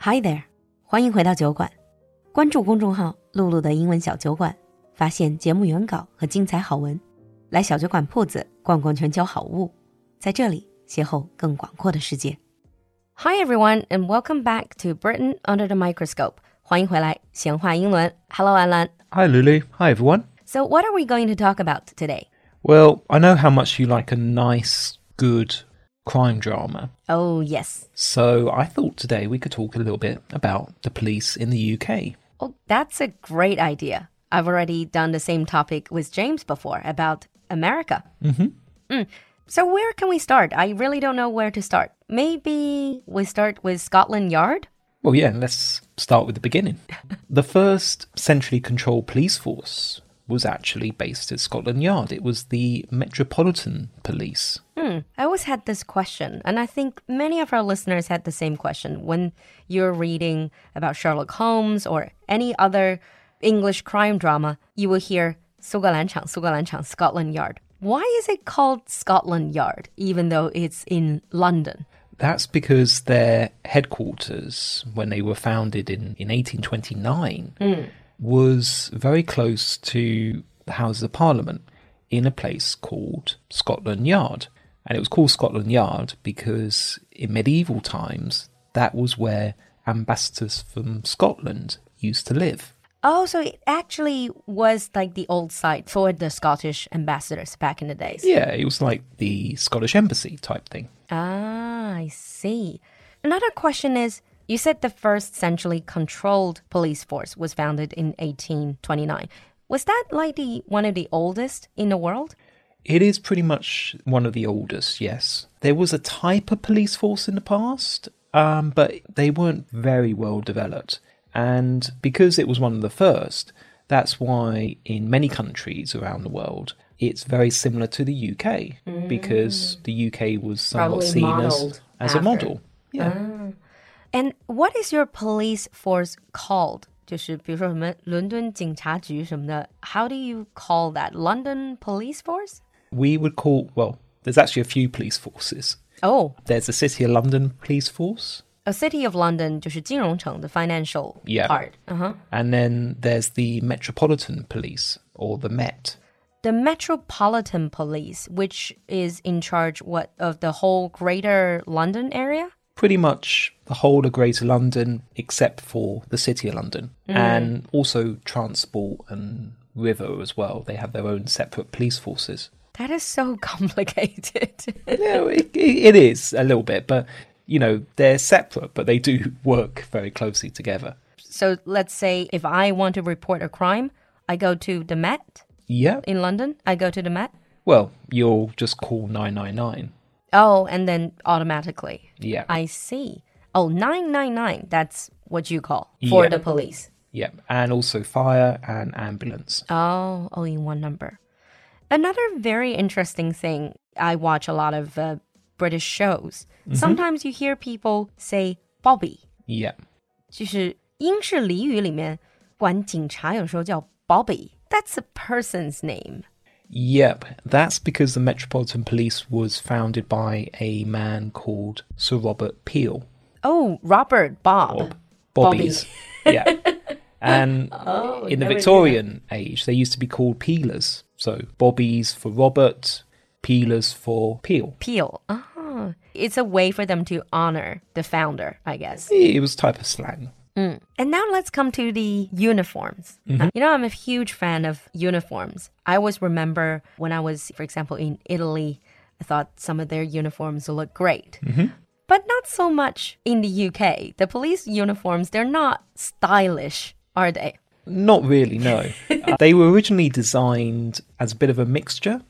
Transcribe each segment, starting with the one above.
Hi there，欢迎回到酒馆，关注公众号“露露的英文小酒馆”，发现节目原稿和精彩好文，来小酒馆铺子逛逛全球好物，在这里邂逅更广阔的世界。Hi everyone and welcome back to Britain under the microscope，欢迎回来，闲话英伦。Hello，安兰。 Hi, Lulu. Hi, everyone. So what are we going to talk about today? Well, I know how much you like a nice, good crime drama. Oh yes. So I thought today we could talk a little bit about the police in the UK. Oh, that's a great idea. I've already done the same topic with James before about America. Mm-hmm. So, where can we start? I really don't know where to start. Maybe we start with Scotland Yard? Well, yeah, let's start with the beginning. the first centrally controlled police force was actually based at Scotland Yard. It was the Metropolitan Police. Hmm. I always had this question, and I think many of our listeners had the same question when you're reading about Sherlock Holmes or any other English crime drama. You will hear 苏格兰场,苏格兰场, Scotland Yard. Why is it called Scotland Yard, even though it's in London? That's because their headquarters, when they were founded in, in 1829, was very close to the Houses of Parliament in a place called Scotland Yard. And it was called Scotland Yard because in medieval times, that was where ambassadors from Scotland used to live. Oh, so it actually was like the old site for the Scottish ambassadors back in the days. Yeah, it was like the Scottish embassy type thing. Ah, I see. Another question is you said the first centrally controlled police force was founded in 1829. Was that like the one of the oldest in the world? It is pretty much one of the oldest, yes. There was a type of police force in the past, um, but they weren't very well developed. And because it was one of the first, that's why in many countries around the world, it's very similar to the UK because the UK was somewhat Mm. Probably seen as, modelled as after. Ah. a model. Yeah. And what is your police force called? 就是比如说什么伦敦警察局什么的，How do you call that? London police force? We would call, well, there's actually a few police forces. Oh, There's the City of London Police Force, a city of London 就是金融城 the financial Yeah. part. Uh-huh. and then there's the Metropolitan Police or the Met. The Metropolitan Police, which is in charge what of the whole greater London area? pretty much the whole of Greater London except for the City of London and also transport and river as well. They have their own separate police forces. That is so complicated. No, it, it, it is a little bit, but you know, they're separate, but they do work very closely together. so let's say if I want to report a crime, I go to the Met Yeah. in London. I go to the Met. Well, you'll just call 999. Oh, and then automatically. Yeah. I see. Oh, 999, that's what you call for Yeah. the police. yeah. And also fire and ambulance. Oh, only one number. Another very interesting thing, I watch a lot of uh, British shows. Sometimes you hear people say Bobby. Yeah. 就是英式俚语里面管警察有时候叫 Bobby. That's a person's name. Yep, that's because the Metropolitan Police was founded by a man called Sir Robert Peel. Oh, Robert Bob. Bob. Bobbies. yeah. And in the Victorian age, they used to be called peelers. So bobbies for Robert, peelers for Peel. Peel. Ah, it's a way for them to honor the founder, I guess. It was type of slang. And now let's come to the uniforms. You know, I'm a huge fan of uniforms. I always remember when I was, for example, in Italy, I thought some of their uniforms look great. But not so much in the UK. The police uniforms, they're not stylish, are they? Not really, no. Uh, they were originally designed as a bit of a mixture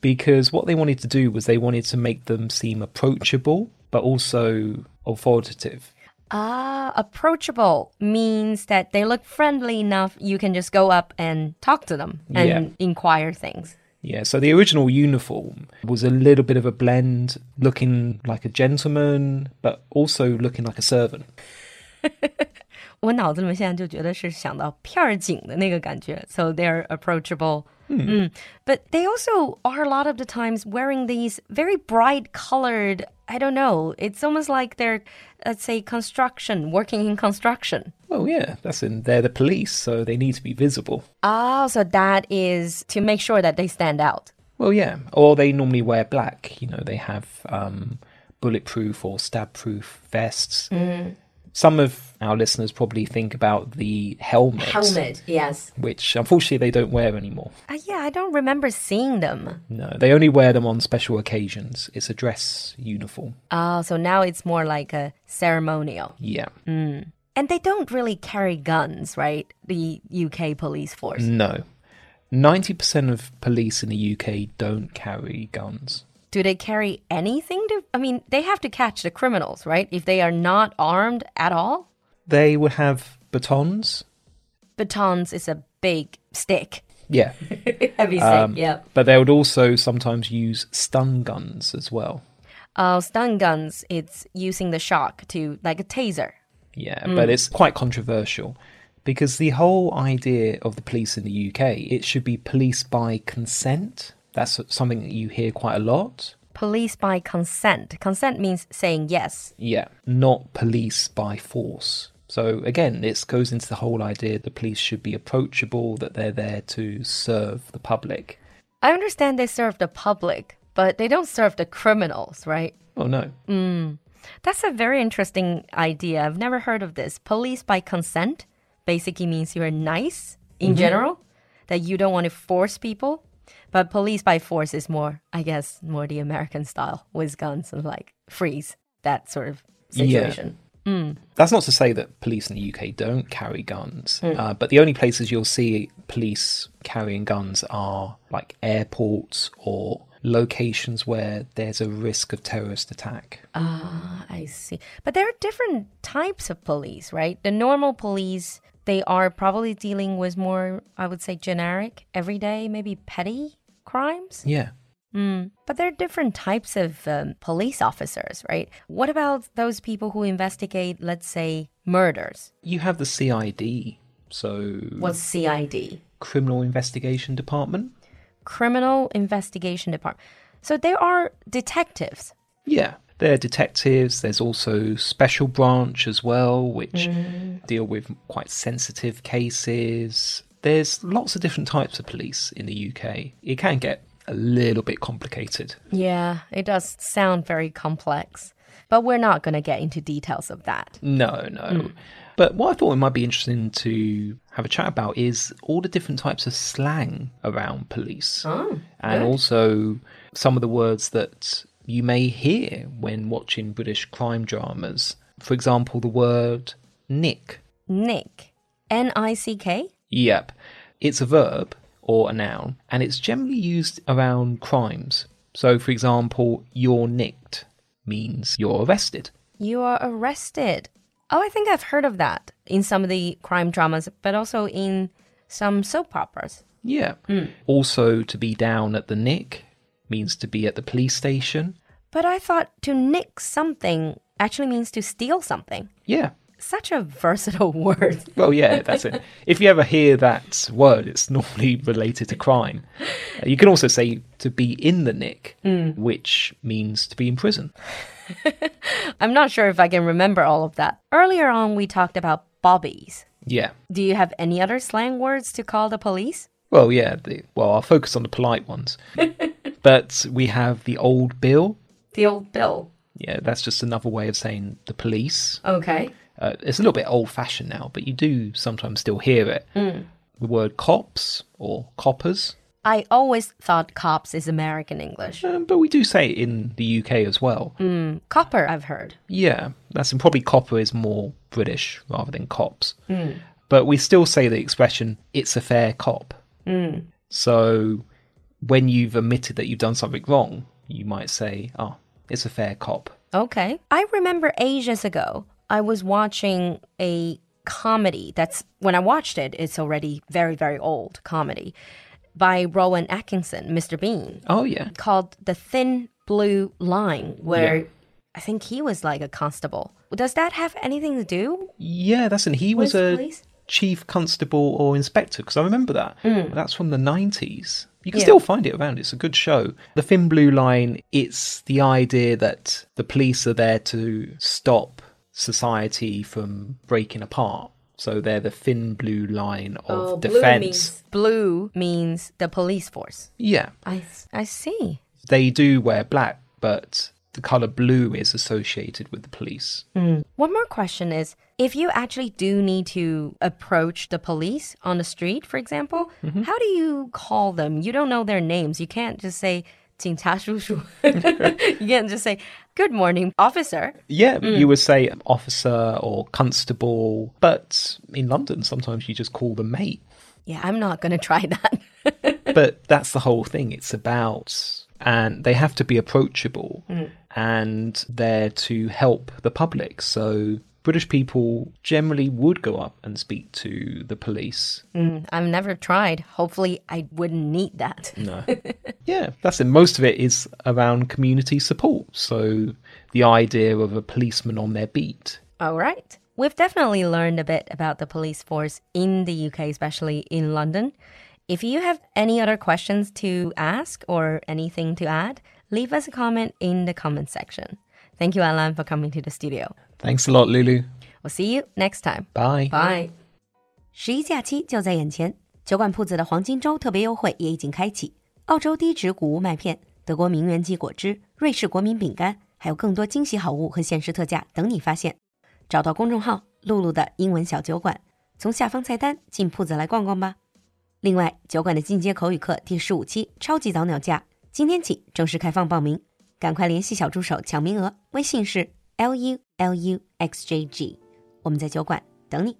because what they wanted to do was they wanted to make them seem approachable but also authoritative. Ah, approachable means that they look friendly enough you can just go up and talk to them and Yeah. inquire things. Yeah, so the original uniform was a little bit of a blend, looking like a gentleman, but also looking like a servant. 我脑子里面现在就觉得是想到片儿警的那个感觉，so they're approachable。嗯，but they also are a lot of the times wearing these very bright colored. I don't know. It's almost like they're, let's say, construction, working in construction. Well, yeah, that's in. They're the police, so they need to be visible. Ah, so that is to make sure that they stand out. Well, yeah, or they normally wear black. You know, they have um, bulletproof or stab-proof vests. Some of our listeners probably think about the helmet, yes. which unfortunately they don't wear anymore. Uh, yeah, I don't remember seeing them. No, they only wear them on special occasions. It's a dress uniform. Ah, so now it's more like a ceremonial. Yeah. And they don't really carry guns, right? The UK police force. No. 90% of police in the UK don't carry guns. Do they carry anything to I mean, they have to catch the criminals, right? If they are not armed at all. They would have batons. Batons is a big stick. Yeah. Heavy stick, yeah. But they would also sometimes use stun guns as well. Uh, stun guns, it's using the shock to like a taser. Yeah, but it's quite controversial because the whole idea of the police in the UK, it should be police by consent. That's something that you hear quite a lot. Police by consent. Consent means saying yes. Yeah, not police by force. So again, this goes into the whole idea the police should be approachable, that they're there to serve the public. I understand they serve the public, but they don't serve the criminals, right? Oh no. That's a very interesting idea. I've never heard of this. Police by consent basically means you're nice in general, that you don't want to force people. But police by force is more, I guess, more the American style with guns and like freeze, that sort of Yeah. situation. That's not to say that police in the UK don't carry guns, uh, but the only places you'll see police carrying guns are like airports or locations where there's a risk of terrorist attack. Ah, I see. But there are different types of police, right? The normal police, they are probably dealing with more, I would say, generic, everyday, maybe petty crimes. Yeah. But there are different types of um, police officers, right? What about those people who investigate, let's say, murders? You have the CID, so What's CID? Criminal Investigation Department. Criminal Investigation Department. So there are detectives. Yeah. They're detectives. There's also special branch as well, which deal with quite sensitive cases. There's lots of different types of police in the UK. It can get a little bit complicated. Yeah, it does sound very complex. But we're not going to get into details of that. No, no. But what I thought it might be interesting to have a chat about is all the different types of slang around police. Oh, and also some of the words that you may hear when watching British crime dramas. For example, the word nick. Nick. N I C K? Yep. It's a verb or a noun, and it's generally used around crimes. So, for example, you're nicked means you're arrested. You are arrested. Oh, I think I've heard of that in some of the crime dramas, but also in some soap operas. Yeah. Also, to be down at the nick means to be at the police station. But I thought to nick something actually means to steal something. Yeah. Such a versatile word. Well, yeah, that's it. If you ever hear that word, it's normally related to crime. Uh, You can also say to be in the nick, which means to be in prison. I'm not sure if I can remember all of that. Earlier on, we talked about bobbies. Yeah. Do you have any other slang words to call the police? Well, yeah. The, well, I'll focus on the polite ones. but we have the old bill. The old bill. Yeah, that's just another way of saying the police. Okay. Uh, it's a little bit old fashioned now, but you do sometimes still hear it. The word cops or coppers. I always thought cops is American English. Um, but we do say it in the UK as well. Copper, I've heard. Yeah, that's and probably copper is more British rather than cops. But we still say the expression "it's a fair cop." So when you've admitted that you've done something wrong, you might say, "Oh, it's a fair cop." Okay. I remember ages ago, I was watching a comedy that's when I watched it, it's already very, very old comedy by Rowan Atkinson, Mr. Bean, Oh yeah, called The Thin Blue Line, where I think he was like a constable. Does that have anything to do? Yeah, that's and he was With a police? Hmm. chief constable or inspector because I remember that. That's from the nineties. You can Yeah. still find it around. It's a good show. The thin blue line. It's the idea that the police are there to stop society from breaking apart. So they're the thin blue line Oh, of defense. Blue means the police force. Yeah, I I see. they do wear black, but the color blue is associated with the police. One more question is if you actually do need to approach the police on the street, for example, how do you call them? You don't know their names. You can't just say 警察叔叔. you can't just say good morning, officer. Yeah, you would say officer or constable, but in London, sometimes you just call them mate. Yeah, I'm not going to try that. but that's the whole thing. It's about, and they have to be approachable and there to help the public. So British people generally would go up and speak to the police. Mm, I've never tried. Hopefully, I wouldn't need that. No. yeah, that's it. Most of it is around community support. So the idea of a policeman on their beat. All right. We've definitely learned a bit about the police force in the UK, especially in London. If you have any other questions to ask or anything to add, leave us a comment in the comment section. Thank you, Alan, for coming to the studio. Thanks a lot, Lulu. We'll see you next time. Bye. Bye. 十一假期就在眼前，酒馆铺子的黄金周特别优惠也已经开启。澳洲低脂谷物麦片、德国名媛级果汁、瑞士国民饼干，还有更多惊喜好物和限时特价等你发现。找到公众号“露露的英文小酒馆”，从下方菜单进铺子来逛逛吧。另外，酒馆的进阶口语课第十五期超级早鸟价今天起正式开放报名，赶快联系小助手抢 E 名额，微信是 l u l u x j g，我们在酒馆等你。